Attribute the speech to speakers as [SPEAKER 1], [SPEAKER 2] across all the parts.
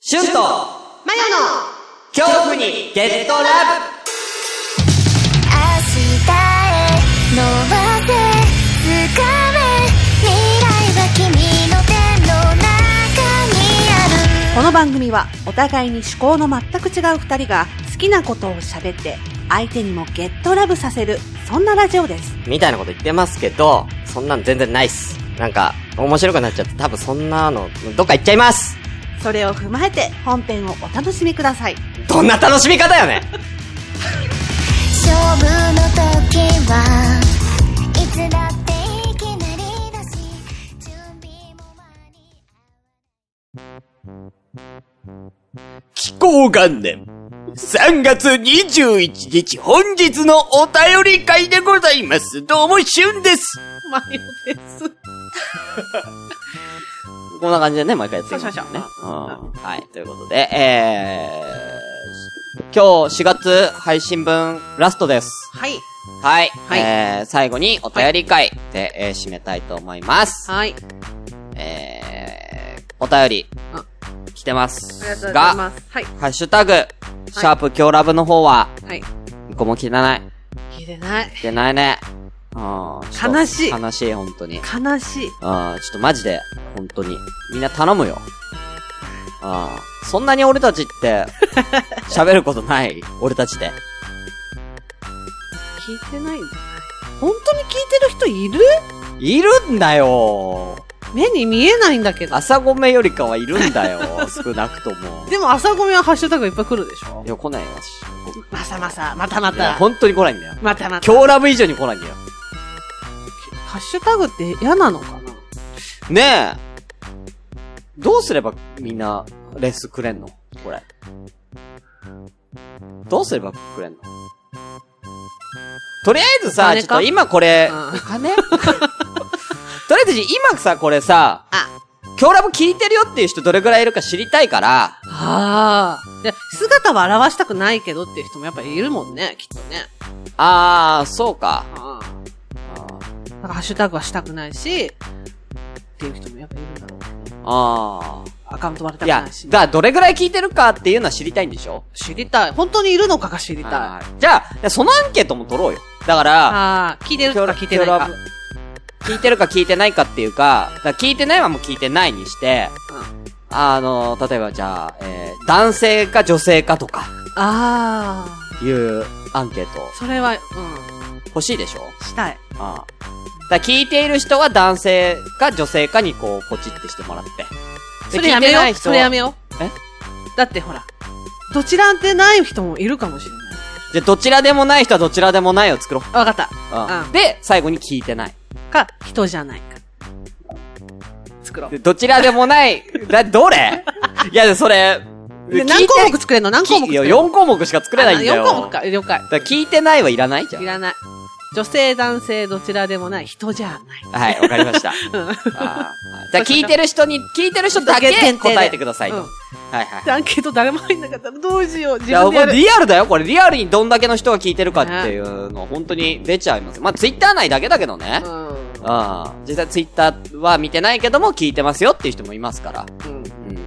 [SPEAKER 1] シュンと
[SPEAKER 2] マヨの
[SPEAKER 1] 恐怖にゲットラブ
[SPEAKER 3] 明日へ伸ばせ掴め未来は君の手の中にある
[SPEAKER 4] この番組はお互いに趣向の全く違う二人が好きなことを喋って相手にもゲットラブさせるそんなラジオです
[SPEAKER 1] みたいなこと言ってますけど、そんなの全然ないっす。なんか、面白くなっちゃって、多分そんなの、どっか行っちゃいます
[SPEAKER 4] それを踏まえて本編をお楽しみください
[SPEAKER 1] どんな楽しみ方よね
[SPEAKER 3] 勝負の時はいつだっていきなりだし準備も間に
[SPEAKER 1] 気候元年、3月21日、本日のお便り会でございます。どうも、シュンです
[SPEAKER 4] マヨです
[SPEAKER 1] こんな感じでね、毎回やっていきますね。
[SPEAKER 4] そうしまし
[SPEAKER 1] うんはい、ということで、えー、今日4月配信分ラストです。
[SPEAKER 4] はい
[SPEAKER 1] はい。
[SPEAKER 4] はい
[SPEAKER 1] えー、最後にお便り会で、えー締めたいと思います。
[SPEAKER 4] はい
[SPEAKER 1] えー、お便り
[SPEAKER 4] あ、
[SPEAKER 1] 来てます。
[SPEAKER 4] ありがとうございますはい
[SPEAKER 1] ハッシュタグ、シャープ今日ラブの方は、
[SPEAKER 4] はい
[SPEAKER 1] 一個も来てない。
[SPEAKER 4] 聞いてない
[SPEAKER 1] 来てないね。うん。ちょっと
[SPEAKER 4] 悲しい
[SPEAKER 1] 悲しい、本当に。
[SPEAKER 4] 悲しい
[SPEAKER 1] ああ、ちょっとマジで、本当に。みんな頼むよ。ああ、そんなに俺たち って、喋ることない。俺たちで。
[SPEAKER 4] 聞いてないんだ本当に聞いてる人いる
[SPEAKER 1] いるんだよ
[SPEAKER 4] 目に見えないんだけど
[SPEAKER 1] 朝ごめよりかはいるんだよ 少なくとも。
[SPEAKER 4] でも朝ごめはハッシュタグいっぱい来るでしょ
[SPEAKER 1] いや、来ないわし。
[SPEAKER 4] まさまさまたま
[SPEAKER 1] いや、
[SPEAKER 4] た
[SPEAKER 1] 本当に来ないんだよ。
[SPEAKER 4] またまた
[SPEAKER 1] 今日ラブ以上に来ないんだよ。
[SPEAKER 4] ハッシュタグって嫌なのかな
[SPEAKER 1] ねえ。どうすればみんな、レスくれんのこれ。どうすればくれんのとりあえず
[SPEAKER 4] お
[SPEAKER 1] さ、
[SPEAKER 4] 金
[SPEAKER 1] ちょ
[SPEAKER 4] か
[SPEAKER 1] っと今これ、
[SPEAKER 4] うん
[SPEAKER 1] お金とりあえず今さ、これさ、
[SPEAKER 4] あ
[SPEAKER 1] 今日ラブ聞いてるよっていう人どれくらいいるか知りたいから、
[SPEAKER 4] ああ。で、姿は現したくないけどっていう人もやっぱいるもんね、きっとね。
[SPEAKER 1] あー、そうか。
[SPEAKER 4] ああ。
[SPEAKER 1] あ
[SPEAKER 4] だからハッシュタグはしたくないし、っていう人もやっぱいるんだろうけ
[SPEAKER 1] ー
[SPEAKER 4] ど。
[SPEAKER 1] あ
[SPEAKER 4] アカウント割
[SPEAKER 1] ー。
[SPEAKER 4] れたく
[SPEAKER 1] いや
[SPEAKER 4] ない、し。
[SPEAKER 1] だからどれくらい聞いてるかっていうのは知りたいんでしょ
[SPEAKER 4] 知りたい。本当にいるのかが知りたい。あ
[SPEAKER 1] い。じゃあ、そのアンケートも取ろうよ。だから、
[SPEAKER 4] あ、聞いてるか聞いてないか。
[SPEAKER 1] 聞いてるか聞いてないかっていうか、だから聞いてないはもう聞いてないにして、あの、例えばじゃあ、えー、男性か女性かとか、
[SPEAKER 4] ああ。
[SPEAKER 1] いうアンケート
[SPEAKER 4] それは、うん。
[SPEAKER 1] 欲しいでしょ
[SPEAKER 4] したい。
[SPEAKER 1] ああ。だから聞いている人は男性か女性かにこう、ポチってしてもらって。で
[SPEAKER 4] それや
[SPEAKER 1] 聞
[SPEAKER 4] めよ。
[SPEAKER 1] いてないう人
[SPEAKER 4] そ
[SPEAKER 1] は
[SPEAKER 4] れやめよう。
[SPEAKER 1] え
[SPEAKER 4] だってほら、どちらってない人もいるかもしれない。
[SPEAKER 1] じゃあどちらでもない人はどちらでもないを作ろう。
[SPEAKER 4] わかった。
[SPEAKER 1] ああ
[SPEAKER 4] うん
[SPEAKER 1] で、最後に聞いてない。
[SPEAKER 4] か、人じゃないか。作ろう
[SPEAKER 1] で。どちらでもない、だ、どれ いや、それ、
[SPEAKER 4] で何項目作れんの何項
[SPEAKER 1] い
[SPEAKER 4] 目作
[SPEAKER 1] や、
[SPEAKER 4] れんの
[SPEAKER 1] 4項目しか作れないんだよ。
[SPEAKER 4] 4項目か。了解。
[SPEAKER 1] だから聞いてないはいらないじゃん
[SPEAKER 4] い。らない。女性、男性、どちらでもない人じゃ ない。
[SPEAKER 1] はい、わかりま した。
[SPEAKER 4] うん。
[SPEAKER 1] あーじゃあ聞いてる人に、聞いてる人だけ答えてくださいと。
[SPEAKER 4] うん
[SPEAKER 1] はいはい。
[SPEAKER 4] でアンケート誰も入んなかったらどうしよう。自
[SPEAKER 1] いや、こ
[SPEAKER 4] 分でや
[SPEAKER 1] れ
[SPEAKER 4] る。
[SPEAKER 1] リアルだよ。これリアルにどんだけの人が聞いてるかっていうのは本当に出ちゃいます。まあ、ツイッター内だけだけどね。
[SPEAKER 4] うん
[SPEAKER 1] ああ実際ツイッターは見てないけども聞いてますよっていう人もいますから。
[SPEAKER 4] うん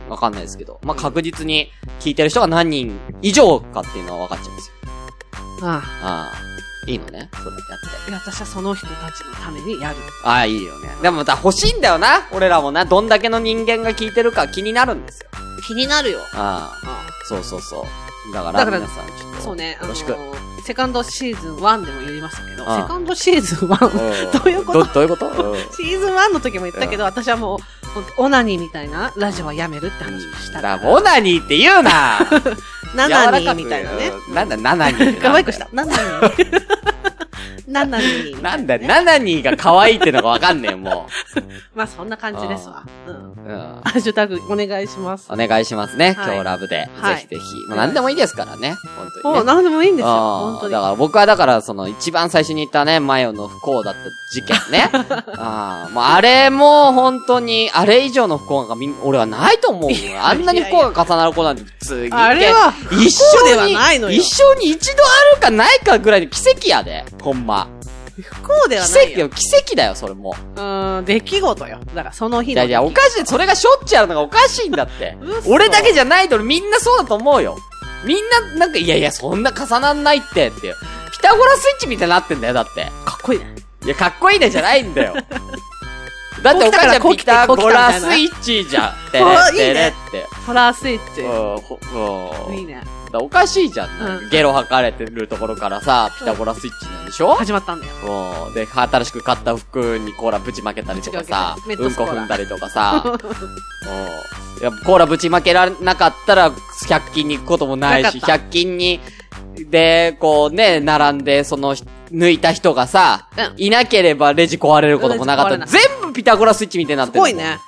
[SPEAKER 1] うん、わかんないですけど。まあ、確実に聞いてる人が何人以上かっていうのは分かっちゃうんですよ。
[SPEAKER 4] あ
[SPEAKER 1] ああいいのね。それやって。
[SPEAKER 4] あ。いや、私はその人たちのためにやる。
[SPEAKER 1] ああ、いいよね。でもまた欲しいんだよな。俺らもな。どんだけの人間が聞いてるか気になるんですよ。
[SPEAKER 4] 気になるよ。
[SPEAKER 1] ああ
[SPEAKER 4] あ
[SPEAKER 1] そうそうそう。だから、
[SPEAKER 4] だから
[SPEAKER 1] 皆さん、ちょっ
[SPEAKER 4] あ
[SPEAKER 1] と。
[SPEAKER 4] そうね。あ
[SPEAKER 1] よ
[SPEAKER 4] の
[SPEAKER 1] ろしく。うん
[SPEAKER 4] ーセカンドシーズン1でも言いましたけど、
[SPEAKER 1] ああ
[SPEAKER 4] セカンドシーズン1。ど ういうこと
[SPEAKER 1] どどういうことうん
[SPEAKER 4] シーズン1の時も言ったけど、私はもう、ほんとオナニーみたいなラジオはやめるって話をした
[SPEAKER 1] だ
[SPEAKER 4] か。
[SPEAKER 1] からら、オナニーって言うな
[SPEAKER 4] ナナニーみた いな
[SPEAKER 1] 柔
[SPEAKER 4] ね
[SPEAKER 1] ら。かくうんなんだ、ナナニーってなんだよ。
[SPEAKER 4] 可愛くした。ナナ ニー。ナナニー。
[SPEAKER 1] なんだ、ナナニーが可愛いってのがわかんねえ、も
[SPEAKER 4] まあそんな感じですわ。うん
[SPEAKER 1] う。。うん。
[SPEAKER 4] ハッシュタグお願いします。
[SPEAKER 1] お願いしますね。
[SPEAKER 4] はい
[SPEAKER 1] 今日ラブで。
[SPEAKER 4] はい
[SPEAKER 1] ぜひぜひ。もう何でもいいですからね。本当に、ね。
[SPEAKER 4] もう何でもいいんですよ。
[SPEAKER 1] あ
[SPEAKER 4] 本
[SPEAKER 1] あ
[SPEAKER 4] 当
[SPEAKER 1] だ
[SPEAKER 4] に。
[SPEAKER 1] から僕はだからその一番最初に言ったね、マヨの不幸だった事件ね。 ああ、もうあれも本当に、あれ以上の不幸がみん、俺はないと思う。あんなに不幸が重なる子なんて普通に。
[SPEAKER 4] あれは不幸
[SPEAKER 1] 一生に
[SPEAKER 4] ではないのよ
[SPEAKER 1] 一生に一度あるかないかぐらいの奇跡やで。ほんま。
[SPEAKER 4] 不幸ではない
[SPEAKER 1] 奇跡
[SPEAKER 4] よ。
[SPEAKER 1] よ、奇跡だよ、それも。
[SPEAKER 4] うーん、出来事よ。だからその日
[SPEAKER 1] い
[SPEAKER 4] の
[SPEAKER 1] や
[SPEAKER 4] 出来
[SPEAKER 1] いや、
[SPEAKER 4] 事。
[SPEAKER 1] おかしい。それがしょっちゅうあるのがおかしいんだって。
[SPEAKER 4] 嘘
[SPEAKER 1] 俺だけじゃないとみんなそうだと思うよ。みんな、なんか、いやいや、そんな重なんないって、っていう。ピタゴラスイッチみたいになってんだよ、だって。
[SPEAKER 4] かっこいいね。
[SPEAKER 1] いや、かっこいいねじゃないんだ よ。だってお母ちゃん
[SPEAKER 4] こう
[SPEAKER 1] ピ
[SPEAKER 4] 来たから
[SPEAKER 1] タ
[SPEAKER 4] こう来て
[SPEAKER 1] ゴラスイッチじゃん。てれ
[SPEAKER 4] あいいね
[SPEAKER 1] てれって。
[SPEAKER 4] ホラースイッチ。
[SPEAKER 1] うんほうん
[SPEAKER 4] いい
[SPEAKER 1] だ
[SPEAKER 4] ね。
[SPEAKER 1] からおかしいじゃん。なん
[SPEAKER 4] う
[SPEAKER 1] か
[SPEAKER 4] ん
[SPEAKER 1] ゲロ吐かれてるところからさ、ピタゴラスイッチなんでしょ
[SPEAKER 4] 始まったんだよ。
[SPEAKER 1] うん。で、新しく買った服にコーラぶちまけたりとかさ、
[SPEAKER 4] ぶ
[SPEAKER 1] うん
[SPEAKER 4] ちまけたメットスコ
[SPEAKER 1] こ
[SPEAKER 4] ーラ
[SPEAKER 1] 踏んだりとかさ、うん。いやコーラぶちまけられなかったら、100均に行くこともないし、
[SPEAKER 4] なかっ
[SPEAKER 1] 100均に、で、こうね、並んで、その、抜いた人がさ、
[SPEAKER 4] うん
[SPEAKER 1] いなければレジ壊れることもなかっ
[SPEAKER 4] レ
[SPEAKER 1] た。
[SPEAKER 4] ジ壊
[SPEAKER 1] 全部ピタゴラスイッチみたいになっ
[SPEAKER 4] す
[SPEAKER 1] てる。
[SPEAKER 4] ごいね。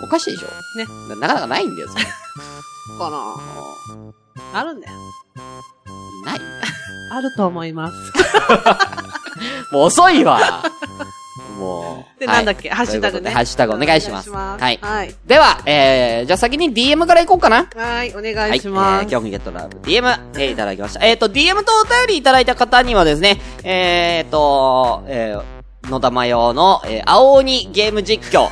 [SPEAKER 1] うん。おかしいでしょ
[SPEAKER 4] ね。
[SPEAKER 1] ななかなかないんだよ、それ。
[SPEAKER 4] この、
[SPEAKER 1] う
[SPEAKER 4] あるんだよ。
[SPEAKER 1] んない。
[SPEAKER 4] あると思います。
[SPEAKER 1] もう遅い わ。もう。
[SPEAKER 4] で、
[SPEAKER 1] はい
[SPEAKER 4] なんだっけ、ハッシュ
[SPEAKER 1] と
[SPEAKER 4] タグ
[SPEAKER 1] いうことで
[SPEAKER 4] ね。
[SPEAKER 1] ハッシュタグお願いします。
[SPEAKER 4] お願
[SPEAKER 1] はい
[SPEAKER 4] はい。
[SPEAKER 1] では、えー、じゃあ先に DM からいこうかな。
[SPEAKER 4] はい、お
[SPEAKER 1] は
[SPEAKER 4] 願
[SPEAKER 1] い、
[SPEAKER 4] い
[SPEAKER 1] え
[SPEAKER 4] しま
[SPEAKER 1] ー、
[SPEAKER 4] す。
[SPEAKER 1] 興味ゲットラブ DM、えー、いただきました。えっ、ー、と、DM とお便りいただいた方にはですね、えっ、ー、と、えー、の玉用の、えー、青鬼ゲーム実況。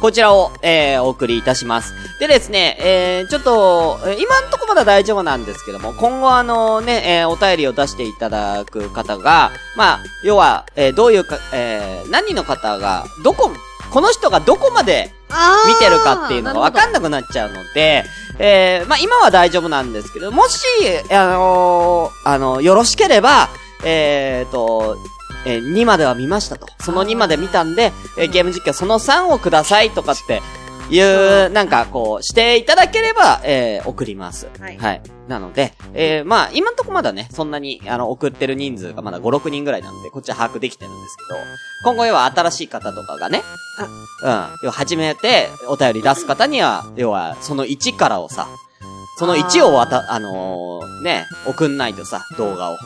[SPEAKER 1] こちらを、えー、お送りいたします。でですね、えー、ちょっと、えー今んとこまだ大丈夫なんですけども、今後あのね、えー、お便りを出していただく方が、まあ、要は、えー、どういうか、えー、何人の方が、どこ、この人がどこまで
[SPEAKER 4] あー
[SPEAKER 1] 見てるかっていうのが分かんなくなっちゃうので、えー、まあ今は大丈夫なんですけど、もし、あのーあの、よろしければ、えーと、えー2までは見ましたと。その2まで見たんで、えーゲーム実況その3をくださいとかって、いう、なんかこう、していただければ、えー送ります。
[SPEAKER 4] はい
[SPEAKER 1] なので、えーまあ、今んとこまだね、そんなに、あの、送ってる人数がまだ5、6人ぐらいなんで、こっちは把握できてるんですけど、今後要は新しい方とかがね、うん。要は初めてお便り出す方には、要はその1からをさ、その1をわた、あのー、ね、送んないとさ、動画を。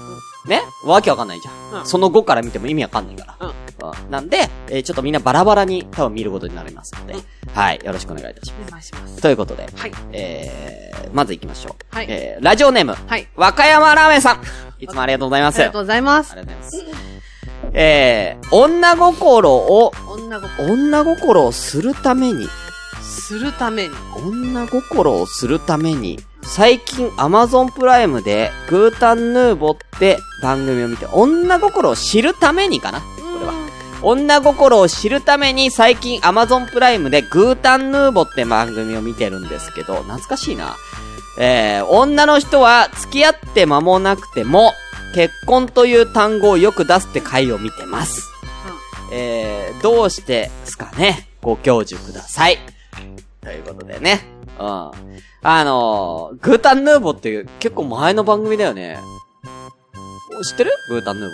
[SPEAKER 1] ねわけわかんないじゃん。
[SPEAKER 4] うん
[SPEAKER 1] その5から見ても意味わかんないから。うん。なんで、えーちょっとみんなバラバラに多分見ることになりますので、はい。よろしくお願いいたしま
[SPEAKER 4] お願いします。
[SPEAKER 1] す。ということで、
[SPEAKER 4] はい。
[SPEAKER 1] えー、まず行きましょう。
[SPEAKER 4] はい
[SPEAKER 1] えー、ラジオネーム、
[SPEAKER 4] はい。
[SPEAKER 1] 和歌山ラーメンさん。いつもありがとうございま
[SPEAKER 4] あ
[SPEAKER 1] す。
[SPEAKER 4] りがとうございます。
[SPEAKER 1] ありがとうございます。えー、女心を
[SPEAKER 4] 女心
[SPEAKER 1] 女心をするために、
[SPEAKER 4] するために。
[SPEAKER 1] 女心をするために、最近 Amazon プライムでグータンヌーボって番組を見て、女心を知るためにかなこれは。女心を知るために最近 Amazon プライムでグータンヌーボって番組を見てるんですけど、懐かしいな。えー、女の人は付き合って間もなくても、結婚という単語をよく出すって回を見てます。えー、どうしてですかねご教授ください。ということでね。うん。あのー、グータンヌーボっていう結構前の番組だよね。知ってるグータンヌーボ。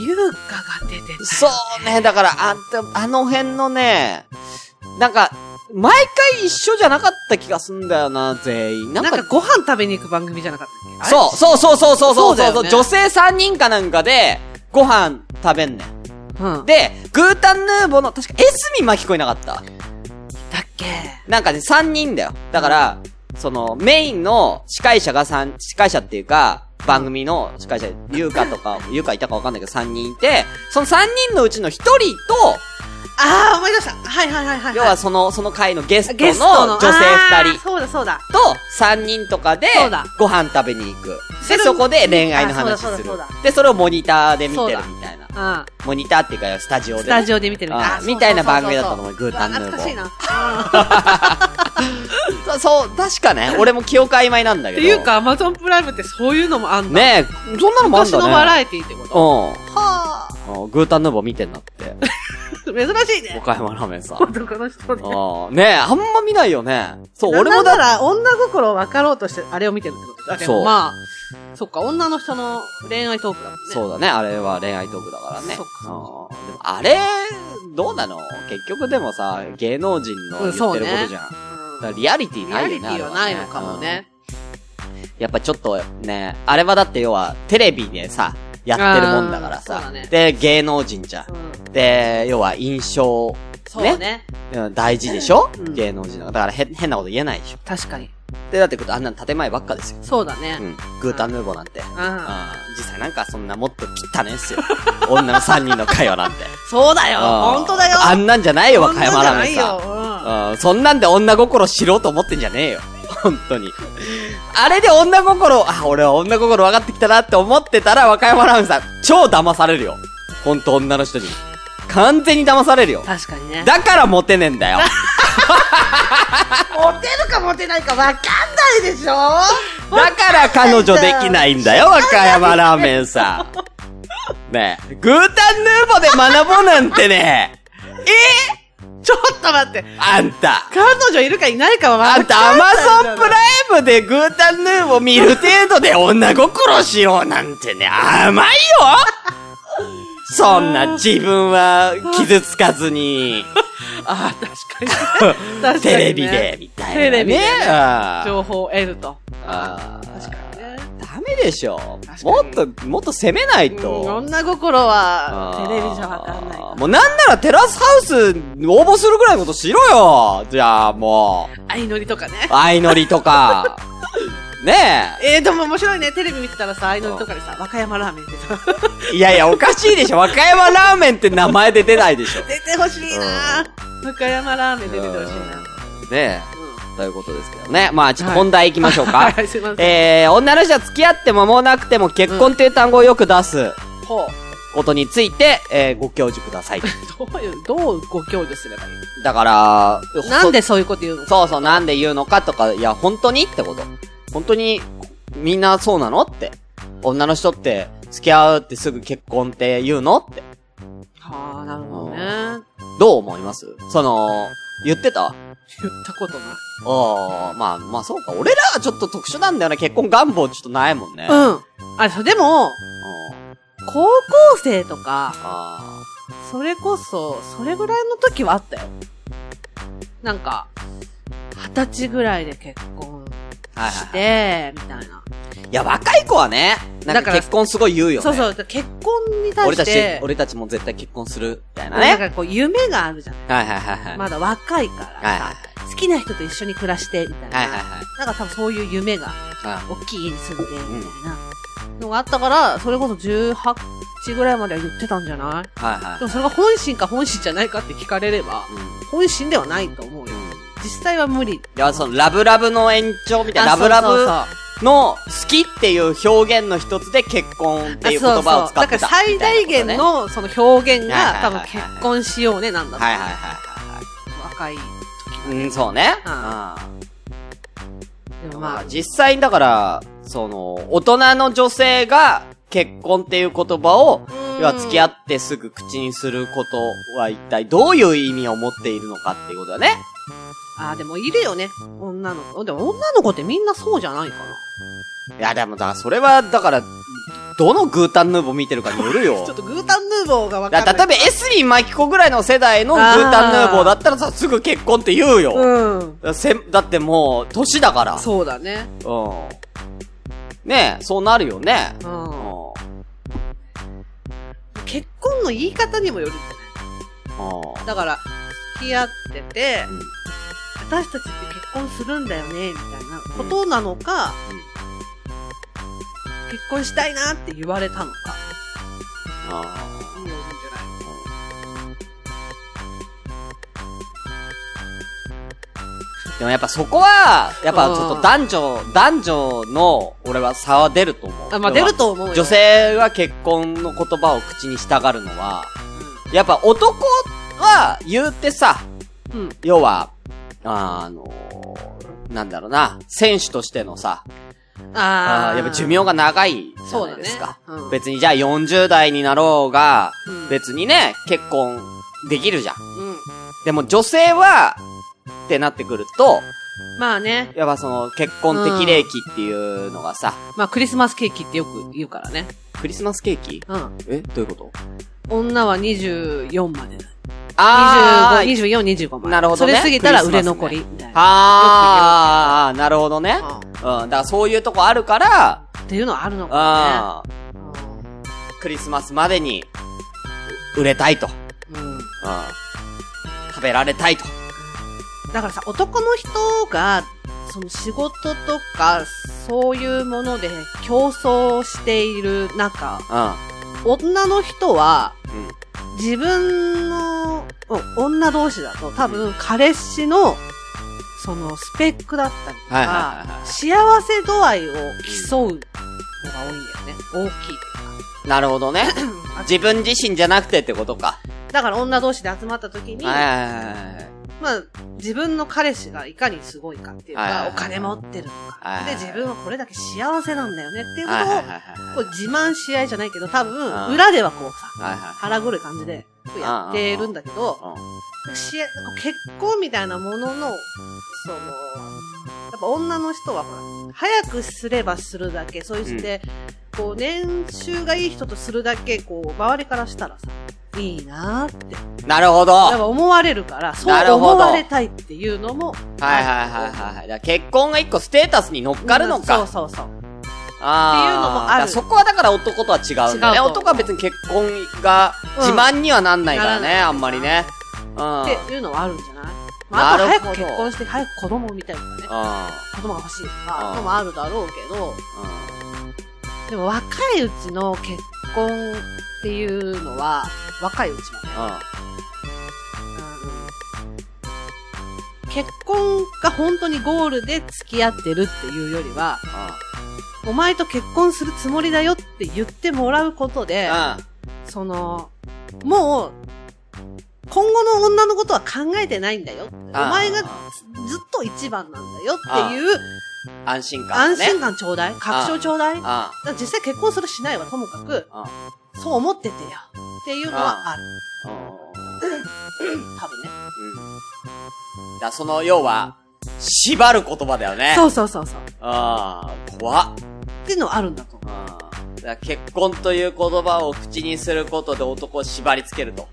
[SPEAKER 4] 優香が出てた。
[SPEAKER 1] そうね、だから、あんた、あの辺のね、なんか、毎回一緒じゃなかった気がすんだよな、全員。なん
[SPEAKER 4] なん
[SPEAKER 1] か
[SPEAKER 4] か、ご飯食べに行く番組じゃなかったっけ
[SPEAKER 1] そう、そうそうそうそうそう
[SPEAKER 4] そうだ
[SPEAKER 1] そう
[SPEAKER 4] よね
[SPEAKER 1] 女性3人かなんかで、ご飯食べんねん。
[SPEAKER 4] ううん。で、
[SPEAKER 1] で、グータンヌーボの、確か、エスミま聞こえなかった。
[SPEAKER 4] だっけ
[SPEAKER 1] なんかね、3人だよ。だから、その、メインの司会者が3、司会者っていうか、番組の司会者、ゆうかとか、ゆうかいたかわかんないけど3人いて、その3人のうちの1人と、
[SPEAKER 4] あー、思い出した。はいはいはいはい。
[SPEAKER 1] 要はその、その回のゲスト
[SPEAKER 4] ゲスト
[SPEAKER 1] の
[SPEAKER 4] の
[SPEAKER 1] 女性2
[SPEAKER 4] あー
[SPEAKER 1] 人
[SPEAKER 4] そうだそうだ。
[SPEAKER 1] と3人とかで
[SPEAKER 4] そうだ、
[SPEAKER 1] ご飯食べに行く。で、
[SPEAKER 4] それ
[SPEAKER 1] そこで恋愛の話
[SPEAKER 4] あそうだ
[SPEAKER 1] する
[SPEAKER 4] そうだそう。
[SPEAKER 1] で、それをモニターで見てる
[SPEAKER 4] そうだ
[SPEAKER 1] みたいな。
[SPEAKER 4] うん。
[SPEAKER 1] モニターっていうか、スタジオでね。
[SPEAKER 4] スタジオで見てる
[SPEAKER 1] あー
[SPEAKER 4] あーそうそうそうそう
[SPEAKER 1] みたいな番組だったと思うグータンヌーボー
[SPEAKER 4] うわ懐かしいな。
[SPEAKER 1] そうそう、確かね、俺も記憶曖昧なんだ
[SPEAKER 4] っ
[SPEAKER 1] け
[SPEAKER 4] て
[SPEAKER 1] ど。
[SPEAKER 4] いうか、アマゾンプライムってそういうのもあんだ。
[SPEAKER 1] ねえ、そんなのもあん
[SPEAKER 4] 昔
[SPEAKER 1] だね。
[SPEAKER 4] のバラエティってこ
[SPEAKER 1] うん。
[SPEAKER 4] と
[SPEAKER 1] はあ。グータンヌーボー見てんな って。
[SPEAKER 4] 珍しいね。
[SPEAKER 1] 岡山ラーメンさん。
[SPEAKER 4] 男の人で。
[SPEAKER 1] ああ。ねえ、あんま見ないよね。そう、俺
[SPEAKER 4] な
[SPEAKER 1] も
[SPEAKER 4] んな
[SPEAKER 1] だ、
[SPEAKER 4] ら、女心を分かろうとして、あれを見てるってことだけ
[SPEAKER 1] そ
[SPEAKER 4] ど、
[SPEAKER 1] う
[SPEAKER 4] まあ、そっか、女の人の恋愛トークだもんね。
[SPEAKER 1] そうだね、あれは恋愛トークだからね。
[SPEAKER 4] そっ
[SPEAKER 1] うんでもあれ、どうなの結局でもさ、芸能人の
[SPEAKER 4] う
[SPEAKER 1] 言
[SPEAKER 4] ん
[SPEAKER 1] って
[SPEAKER 4] そう
[SPEAKER 1] る
[SPEAKER 4] ね
[SPEAKER 1] ことじゃん。だ
[SPEAKER 4] うん
[SPEAKER 1] からリアリティ
[SPEAKER 4] リ
[SPEAKER 1] ない
[SPEAKER 4] ア
[SPEAKER 1] よね。
[SPEAKER 4] リテ
[SPEAKER 1] あ
[SPEAKER 4] ィ
[SPEAKER 1] れ
[SPEAKER 4] は
[SPEAKER 1] ね
[SPEAKER 4] ないのかもね。
[SPEAKER 1] うんやっぱちょっとね、あれはだって要は、テレビでさ、やってるもんだから
[SPEAKER 4] あーそ
[SPEAKER 1] さ。
[SPEAKER 4] うだね
[SPEAKER 1] で、芸能人じゃん。
[SPEAKER 4] うん
[SPEAKER 1] で、要は印象、
[SPEAKER 4] そうね。
[SPEAKER 1] うん大事でしょ、
[SPEAKER 4] うん
[SPEAKER 1] 芸能人の。だからへ変なこと言えないでしょ。
[SPEAKER 4] 確かに。
[SPEAKER 1] で、だってあんなの建前ばっかですよ。
[SPEAKER 4] そうだね
[SPEAKER 1] う。ん。グータンヌーボーなんて。
[SPEAKER 4] うん。
[SPEAKER 1] あー実際なんかそんなもっとと汚ねえっすよ。女の3人の会話なん て。
[SPEAKER 4] そうだよ
[SPEAKER 1] あー
[SPEAKER 4] 本当だよ
[SPEAKER 1] あんなんじゃないよ、和
[SPEAKER 4] 本当
[SPEAKER 1] 歌
[SPEAKER 4] じ
[SPEAKER 1] 山
[SPEAKER 4] ゃ
[SPEAKER 1] ラー
[SPEAKER 4] な
[SPEAKER 1] メン
[SPEAKER 4] い
[SPEAKER 1] さ
[SPEAKER 4] よ。うん
[SPEAKER 1] うんそんなんで女心知ろうと思ってんじゃねえよ。 本当に。あれで女心を、あ、俺は女心分かってきたなって思ってたら、和歌山ラーメンさん、超騙されるよ。ほんと女の人に。完全に騙されるよ。
[SPEAKER 4] 確かにね。
[SPEAKER 1] だからモテねえんだよ。
[SPEAKER 2] モテるかモテないかわかんないでしょ
[SPEAKER 1] だから彼女できないんだよ、和歌山ラーメンさん。ねえ、グータンヌーボーで学ぼうなんてね、
[SPEAKER 4] ちょっと待って。
[SPEAKER 1] あんた。
[SPEAKER 4] 彼女いるかいないかは
[SPEAKER 1] あ
[SPEAKER 4] 分
[SPEAKER 1] んた
[SPEAKER 4] か
[SPEAKER 1] ア
[SPEAKER 4] んな
[SPEAKER 1] マ
[SPEAKER 4] い
[SPEAKER 1] ゾンプライムでグータンヌーボー見る程度で女心しようなんてね、甘いよそんな自分は傷つかずに、
[SPEAKER 4] ああ、確かにね。確かに ね
[SPEAKER 1] テレビで、みたいな、ね。
[SPEAKER 4] テレビでね
[SPEAKER 1] あー
[SPEAKER 4] 情報を得ると。
[SPEAKER 1] あー
[SPEAKER 4] 確かにね。
[SPEAKER 1] ダメでしょ。
[SPEAKER 4] 確
[SPEAKER 1] も
[SPEAKER 4] か
[SPEAKER 1] っ
[SPEAKER 4] に
[SPEAKER 1] と、もっと攻めないと。
[SPEAKER 4] うん女心
[SPEAKER 1] あ
[SPEAKER 4] は
[SPEAKER 1] ー
[SPEAKER 4] テレビじゃ分かんないか
[SPEAKER 1] もうなんならテラスハウス応募するぐらいのことしろよじゃあもう、
[SPEAKER 4] ら。相乗りとかね。
[SPEAKER 1] 相乗りと か。ね
[SPEAKER 4] えー、でも面白いね。テレビ見てたらさ、相乗りとかでさ、和歌山ラーメン出てた。
[SPEAKER 1] え。いやいや、おかしいでしょ和歌山ラーメンって名前で出ないでしょ。ね
[SPEAKER 4] 出てほしいな和歌山ラーメン出ててほしいな
[SPEAKER 1] え。ということですけどね。まあ、ちょっと本題行きましょうか
[SPEAKER 4] は。い、すいません。
[SPEAKER 1] えー、女の人は付き合って間もなくても結婚っていう単語をよく出す
[SPEAKER 4] ほう。
[SPEAKER 1] ことについて、えー、ご教授ください。
[SPEAKER 4] どういう、どうご教授すればいい
[SPEAKER 1] だから、
[SPEAKER 4] なんでそういうこと言うの
[SPEAKER 1] そうそう、なんで言うのかとか、いや、本当にってこと。本当に、みんなそうなのって。女の人って、付き合うってすぐ結婚って言うのって。
[SPEAKER 4] はあ、なるほどね。
[SPEAKER 1] どう思いますその、言ってた
[SPEAKER 4] 言ったことな
[SPEAKER 1] ああ、まあ、まあそうか。俺らはちょっと特殊なんだよね。結婚願望ちょっとないもんね。
[SPEAKER 4] い。うん。あ、そうでも、
[SPEAKER 1] うん
[SPEAKER 4] 高校生とか、
[SPEAKER 1] あ
[SPEAKER 4] それこそ、それぐらいの時はあったよ。なんか、二十歳ぐらいで結婚
[SPEAKER 1] あ。はい
[SPEAKER 4] し
[SPEAKER 1] はい。
[SPEAKER 4] て、みた
[SPEAKER 1] い
[SPEAKER 4] いな。
[SPEAKER 1] や、若い子はね、なん
[SPEAKER 4] だ
[SPEAKER 1] か
[SPEAKER 4] から
[SPEAKER 1] 結婚すごい言うよね。
[SPEAKER 4] そうそう、結婚に対
[SPEAKER 1] 俺た
[SPEAKER 4] し
[SPEAKER 1] ち
[SPEAKER 4] て、、
[SPEAKER 1] 俺たちも絶対結婚する、みたいな
[SPEAKER 4] なん
[SPEAKER 1] ね。
[SPEAKER 4] かこう、夢があるじゃない。
[SPEAKER 1] はいはいはいはい。
[SPEAKER 4] まだ若いから
[SPEAKER 1] はいはいは
[SPEAKER 4] さ、好きな人と一緒に暮らして、みたいな。
[SPEAKER 1] はいはいはい
[SPEAKER 4] なんか多分そういう夢が、
[SPEAKER 1] あ
[SPEAKER 4] 大きい家に住んで、みたいなのがあったから、それこそ18ぐらいまでは言ってたんじゃない
[SPEAKER 1] はいはい
[SPEAKER 4] でもそれが本心か本心じゃないかって聞かれれば、本心ではないと思うよ
[SPEAKER 1] う。ん。うん
[SPEAKER 4] 実際は無理。
[SPEAKER 1] いや、その、ラブラブの延長みたいな、ラブラ
[SPEAKER 4] そうそう
[SPEAKER 1] ブ
[SPEAKER 4] そう
[SPEAKER 1] の好きっていう表現の一つで結婚っていう言葉を使ってた
[SPEAKER 4] あそうそうだから最大限
[SPEAKER 1] みたいなこ
[SPEAKER 4] のその表
[SPEAKER 1] は
[SPEAKER 4] 現
[SPEAKER 1] いは
[SPEAKER 4] が
[SPEAKER 1] いはい
[SPEAKER 4] 多
[SPEAKER 1] は
[SPEAKER 4] 分
[SPEAKER 1] い
[SPEAKER 4] 結婚しようねなん
[SPEAKER 1] と
[SPEAKER 4] だっ
[SPEAKER 1] ね。はい
[SPEAKER 4] た
[SPEAKER 1] はいはいは
[SPEAKER 4] 若い。
[SPEAKER 1] いはい。うん、そうね。
[SPEAKER 4] う
[SPEAKER 1] う
[SPEAKER 4] でも
[SPEAKER 1] ん。
[SPEAKER 4] ま
[SPEAKER 1] ま
[SPEAKER 4] あ
[SPEAKER 1] あ、、実際だから、その、大人の女性が結婚っていう言葉を、要は付き合ってすぐ口にすることは一体どういう意味を持っているのかっていうことだね。
[SPEAKER 4] ああ、でもいるよね。女の子。でも女の子ってみんなそうじゃないか
[SPEAKER 1] いや、でもだからそれは、だから、どのグータンヌーボー見てるかによるよ。
[SPEAKER 4] な。ちょっとグータンヌーボーがわか
[SPEAKER 1] だ
[SPEAKER 4] んな
[SPEAKER 1] から
[SPEAKER 4] い。
[SPEAKER 1] 例えばエスリン・マキコぐらいの世代のグータンヌーボーだったらさ、すぐ結婚って言うよ。
[SPEAKER 4] うん。
[SPEAKER 1] だせだってもう、年だから。
[SPEAKER 4] そうだね。
[SPEAKER 1] うん。ねえ、そうなるよね。
[SPEAKER 4] う。
[SPEAKER 1] うんん。うん
[SPEAKER 4] 結婚の言い方にもよるんじゃないだから、付き合ってて、
[SPEAKER 1] うん
[SPEAKER 4] 私たちって結婚するんだよね、みたいなことなのか、結婚したいなって言われたのか、
[SPEAKER 1] あ
[SPEAKER 4] にもよるんじゃない
[SPEAKER 1] ーでもやっぱそこは、やっぱちょっと男女、男女の、俺は差は出ると思う。
[SPEAKER 4] あまあ出ると思うよ。
[SPEAKER 1] 女性は結婚の言葉を口にしたがるのは、
[SPEAKER 4] う
[SPEAKER 1] やっぱ男は言うてさ、
[SPEAKER 4] ん。うん。
[SPEAKER 1] 要は、あのなんだろうな、選手としてのさ、
[SPEAKER 4] あ
[SPEAKER 1] あ
[SPEAKER 4] あ。
[SPEAKER 1] ーやっぱ寿命が長いじゃ
[SPEAKER 4] そう
[SPEAKER 1] ない
[SPEAKER 4] だね
[SPEAKER 1] ですか。
[SPEAKER 4] うん
[SPEAKER 1] 別にじゃあ40代になろうが、
[SPEAKER 4] うん
[SPEAKER 1] 別にね、結婚できるじゃん。
[SPEAKER 4] うん。
[SPEAKER 1] でも女性は、ってなってくると、
[SPEAKER 4] まあね、
[SPEAKER 1] やっぱその結婚適齢期っていうのがさ、
[SPEAKER 4] まあクリスマスケーキってよく言うからね。
[SPEAKER 1] クリスマスケーキ
[SPEAKER 4] うん。
[SPEAKER 1] えどういうこと
[SPEAKER 4] 女は24までだ。
[SPEAKER 1] あー、
[SPEAKER 4] 25、24、25まで。
[SPEAKER 1] なるほどね
[SPEAKER 4] それ過ぎたら売れ残り、みたいな。
[SPEAKER 1] あー、なるほどね。う
[SPEAKER 4] う
[SPEAKER 1] ん、だからそういうとこあるから、
[SPEAKER 4] んっていうのはあるのか
[SPEAKER 1] あー
[SPEAKER 4] もね。
[SPEAKER 1] クリスマスまでに、売れたいと。うん。
[SPEAKER 4] うん。
[SPEAKER 1] 食べられたいと。
[SPEAKER 4] だからさ、男の人が、その仕事とか、そういうもので競争している中、
[SPEAKER 1] うん。
[SPEAKER 4] 女の人は、
[SPEAKER 1] うん
[SPEAKER 4] 自分のお女同士だと多分彼氏の、そのスペックだったりとか、
[SPEAKER 1] はいはいはいは
[SPEAKER 4] 幸せ度合いを競うのが多いんだよね。大き い。
[SPEAKER 1] なるほど ね。自分自身じゃなくてってことか。
[SPEAKER 4] だから女同士で集まった時に、
[SPEAKER 1] はいはいはいはい。
[SPEAKER 4] まあ、自分の彼氏がいかにすごいかっていう
[SPEAKER 1] はいはいは
[SPEAKER 4] か、
[SPEAKER 1] い
[SPEAKER 4] お金持ってると
[SPEAKER 1] はいは
[SPEAKER 4] か
[SPEAKER 1] い、は
[SPEAKER 4] で、
[SPEAKER 1] い
[SPEAKER 4] 自分はこれだけ幸せなんだよねっていうこ
[SPEAKER 1] はいはいはい
[SPEAKER 4] とを、こう自慢し合いじゃないけど、多
[SPEAKER 1] あ
[SPEAKER 4] 分、
[SPEAKER 1] ー
[SPEAKER 4] 裏ではこうさ、
[SPEAKER 1] はいは
[SPEAKER 4] 腹黒い感じでやってるんだけど、
[SPEAKER 1] い。うん
[SPEAKER 4] し結婚みたいなものの、その、やっぱ女の人はほら、早くすればするだけ、そうして、こう、年収がいい人とするだけ、こう、周りからしたらさ、いいなーって。
[SPEAKER 1] なるほど。
[SPEAKER 4] やっぱ思われるから、そ
[SPEAKER 1] な
[SPEAKER 4] う
[SPEAKER 1] るほど
[SPEAKER 4] 思われたいっていうのも、
[SPEAKER 1] はいはいはいはいはい。だから結婚が一個ステータスに乗っかるのか。
[SPEAKER 4] うんそうそうそう。
[SPEAKER 1] あ
[SPEAKER 4] っていうのもある
[SPEAKER 1] ーだからそこはだから男とは違うんだ
[SPEAKER 4] 違う
[SPEAKER 1] ね。
[SPEAKER 4] と思う
[SPEAKER 1] 男は別に結婚が自慢にはなんないから
[SPEAKER 4] なら
[SPEAKER 1] ね、
[SPEAKER 4] ない
[SPEAKER 1] あんまりね。うん。うん。
[SPEAKER 4] っていうのはあるんじゃないまあ、あと
[SPEAKER 1] なる
[SPEAKER 4] 早
[SPEAKER 1] ほど
[SPEAKER 4] く結婚して、早く子供を産みたいとかね、子供が欲しいと
[SPEAKER 1] う
[SPEAKER 4] か
[SPEAKER 1] ん、
[SPEAKER 4] のもあるだろうけど、でも若いうちの結婚っていうのは、若いうちはね、うん結婚が本当にゴールで付き合ってるっていうよりは、お前と結婚するつもりだよって言ってもらうことで、その、もう、今後の女のことは考えてないんだよ。お
[SPEAKER 1] ああ
[SPEAKER 4] 前がずずっと一番なんだよっていう
[SPEAKER 1] うん。安心感
[SPEAKER 4] 安
[SPEAKER 1] ね。
[SPEAKER 4] 心感ちょうだい確証ちょうだいだか
[SPEAKER 1] あ
[SPEAKER 4] ら実際結婚するしないはともかく
[SPEAKER 1] あ、
[SPEAKER 4] そう思っててよ。っていうのはある。
[SPEAKER 1] あ。
[SPEAKER 4] 多分
[SPEAKER 1] う
[SPEAKER 4] ね。
[SPEAKER 1] ん。だその、要は、縛る言葉だよね。。
[SPEAKER 4] そううそうそうそう。
[SPEAKER 1] ああ、怖っ。
[SPEAKER 4] っていうのはあるんだと思
[SPEAKER 1] あーだから結婚という言葉を口にすることで男を縛り付けると。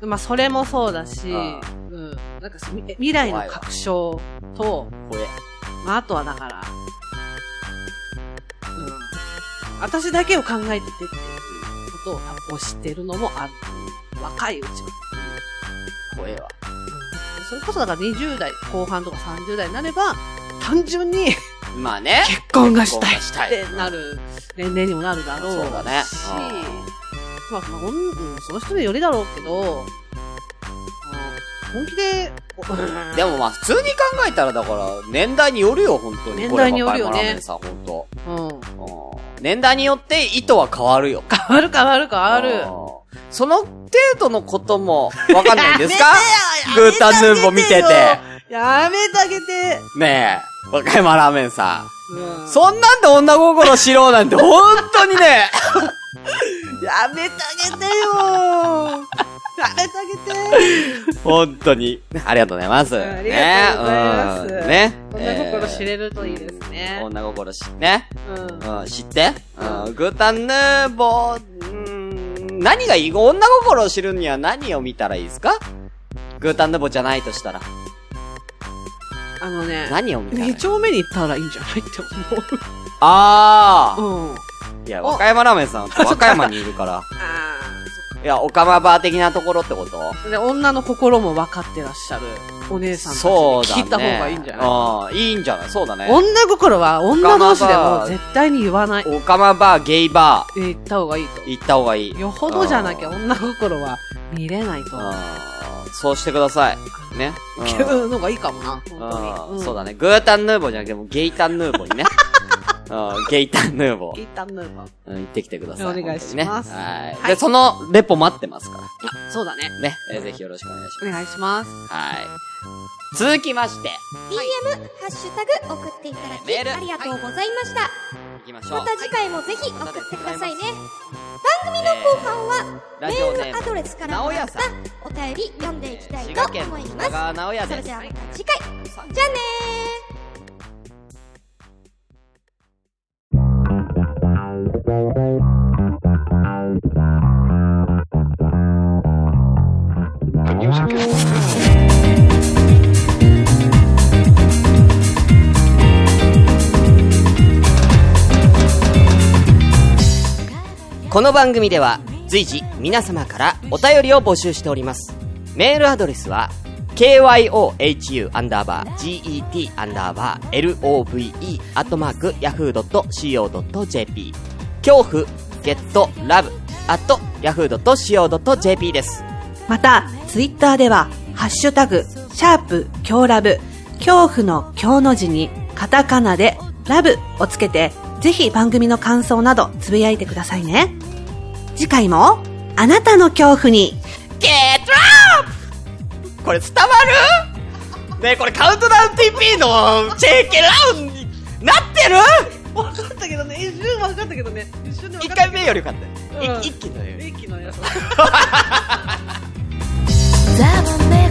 [SPEAKER 4] う。まあ、それもそうだし、う
[SPEAKER 1] ああ
[SPEAKER 4] ん。なんかそみ未来の確証と、
[SPEAKER 1] これ。
[SPEAKER 4] まあ、あとはだから、うん。私だけを考えててっていうことを多分押してるのもある。若いうちは。
[SPEAKER 1] 怖えわ。
[SPEAKER 4] うんそれこそだから20代後半とか30代になれば、単純に結
[SPEAKER 1] まあね。
[SPEAKER 4] 婚がしたい
[SPEAKER 1] 結婚がしたい
[SPEAKER 4] ってなる年齢にもなるだろうし。
[SPEAKER 1] そうだね
[SPEAKER 4] まあ、まあほんうんその人によりだろうけど、うん本気で、うん
[SPEAKER 1] でもまあ普通に考えたらだから年代によるよ、本当に。
[SPEAKER 4] 年代によるよね
[SPEAKER 1] これはパイマラーメンさん、本当。
[SPEAKER 4] うん。
[SPEAKER 1] うん年代によって意図は変わるよ。
[SPEAKER 4] 変わる変わる変わる。
[SPEAKER 1] うん。その程度のこともわかんないんです か
[SPEAKER 4] やめて
[SPEAKER 1] グ
[SPEAKER 4] よ
[SPEAKER 1] ータンヌーボ見てて。
[SPEAKER 4] やめてあげて。
[SPEAKER 1] ねえ、若山ラーメンさ
[SPEAKER 4] うん
[SPEAKER 1] ん。 そんなんで女心しろうなんて本当にね、
[SPEAKER 4] やめてあげてよーやめてあげて
[SPEAKER 1] 本当に。ありがとうございます。
[SPEAKER 4] ありがとうございます
[SPEAKER 1] ねうんね。
[SPEAKER 4] 女心知れるといいですね
[SPEAKER 1] えー女心知ね。
[SPEAKER 4] うん。
[SPEAKER 1] うん、知って、うん、グータンヌーボー、うん何がいい女心を知るには何を見たらいいですかグータンヌーボーじゃないとしたら。
[SPEAKER 4] あのね、
[SPEAKER 1] 何を見たらいい
[SPEAKER 4] 二丁目に行ったらいいんじゃないって
[SPEAKER 1] あー。
[SPEAKER 4] 思う。うん。
[SPEAKER 1] いや、
[SPEAKER 4] お
[SPEAKER 1] 和歌山ラーメンさん、和歌山にいる から。
[SPEAKER 4] あ
[SPEAKER 1] いや、オカマバー的なところってこと
[SPEAKER 4] あ。で、女の心も分かってらっしゃるお姉さんたちに
[SPEAKER 1] そうだね。
[SPEAKER 4] 聞いた方がいいんじゃない
[SPEAKER 1] うん、いいんじゃないそうだね。
[SPEAKER 4] 女心は女同士でも絶対に言わない。
[SPEAKER 1] オカマバー、ゲイバ
[SPEAKER 4] 言った方がいいと
[SPEAKER 1] ー、。行った方がいい。
[SPEAKER 4] よほどじゃなきゃ
[SPEAKER 1] うん
[SPEAKER 4] 女心は見れないと思う。
[SPEAKER 1] うんそうしてください。ね。うん
[SPEAKER 4] っていう のがいいかもな、本当
[SPEAKER 1] う
[SPEAKER 4] に。
[SPEAKER 1] ん、そうだ
[SPEAKER 4] ね。
[SPEAKER 1] ね。グータンヌーボーじゃなくて、もうゲイタンヌーボー にね。うん、ゲイタンヌーボー
[SPEAKER 4] 一。旦脱ぐわ
[SPEAKER 1] うん、行ってきてください。
[SPEAKER 4] お願いしま
[SPEAKER 1] 本当
[SPEAKER 4] す
[SPEAKER 1] にねはい。
[SPEAKER 4] は
[SPEAKER 1] で、
[SPEAKER 4] い
[SPEAKER 1] その、レポ待ってますか
[SPEAKER 4] そうだね。
[SPEAKER 1] ら。ね。えーぜひよろしくお願いし
[SPEAKER 4] お願いします。
[SPEAKER 1] ます。はい。続きまして、
[SPEAKER 5] DM、ハッシュタグ、送っていただ
[SPEAKER 1] メール
[SPEAKER 5] き、ありがとうございました。
[SPEAKER 1] 行きましょう。
[SPEAKER 5] また次回もぜひ送ってくださいね。
[SPEAKER 1] 組の
[SPEAKER 5] 後半は、
[SPEAKER 1] ラ
[SPEAKER 5] メ
[SPEAKER 1] ジオネ
[SPEAKER 5] ー
[SPEAKER 1] ーム
[SPEAKER 5] ルアドレスからもらったお便り読んでいきたい
[SPEAKER 1] 滋
[SPEAKER 5] と
[SPEAKER 1] 賀県
[SPEAKER 5] 思いま
[SPEAKER 1] 長
[SPEAKER 5] す。
[SPEAKER 1] 川直哉
[SPEAKER 5] それ
[SPEAKER 1] です
[SPEAKER 5] じ。ゃあまた次回。じゃあねー。
[SPEAKER 6] この番組では随時皆様からお便りを募集しておりますメールアドレスは kyohu アンダーバー get アンダーバー love アットマーク yahoo.co.jp 恐怖ゲットラブ
[SPEAKER 1] at yahoo.co.jp です。
[SPEAKER 4] また、ツイッターでは、ハッシュタグ、シャープ、強ラブ、恐怖の強の字に、カタカナで、ラブをつけて、ぜひ番組の感想など、つぶやいてくださいね。次回も、あなたの恐怖に、
[SPEAKER 1] ゲットラップこれ伝わるねえこれカウントダウン TP の JK ラウンになってる
[SPEAKER 4] わかったけどね、一瞬わかったけどね、一瞬で
[SPEAKER 1] 一回目よりよかった、
[SPEAKER 4] うん
[SPEAKER 1] い一気のより
[SPEAKER 4] 一気のやつ。
[SPEAKER 3] ザ・メ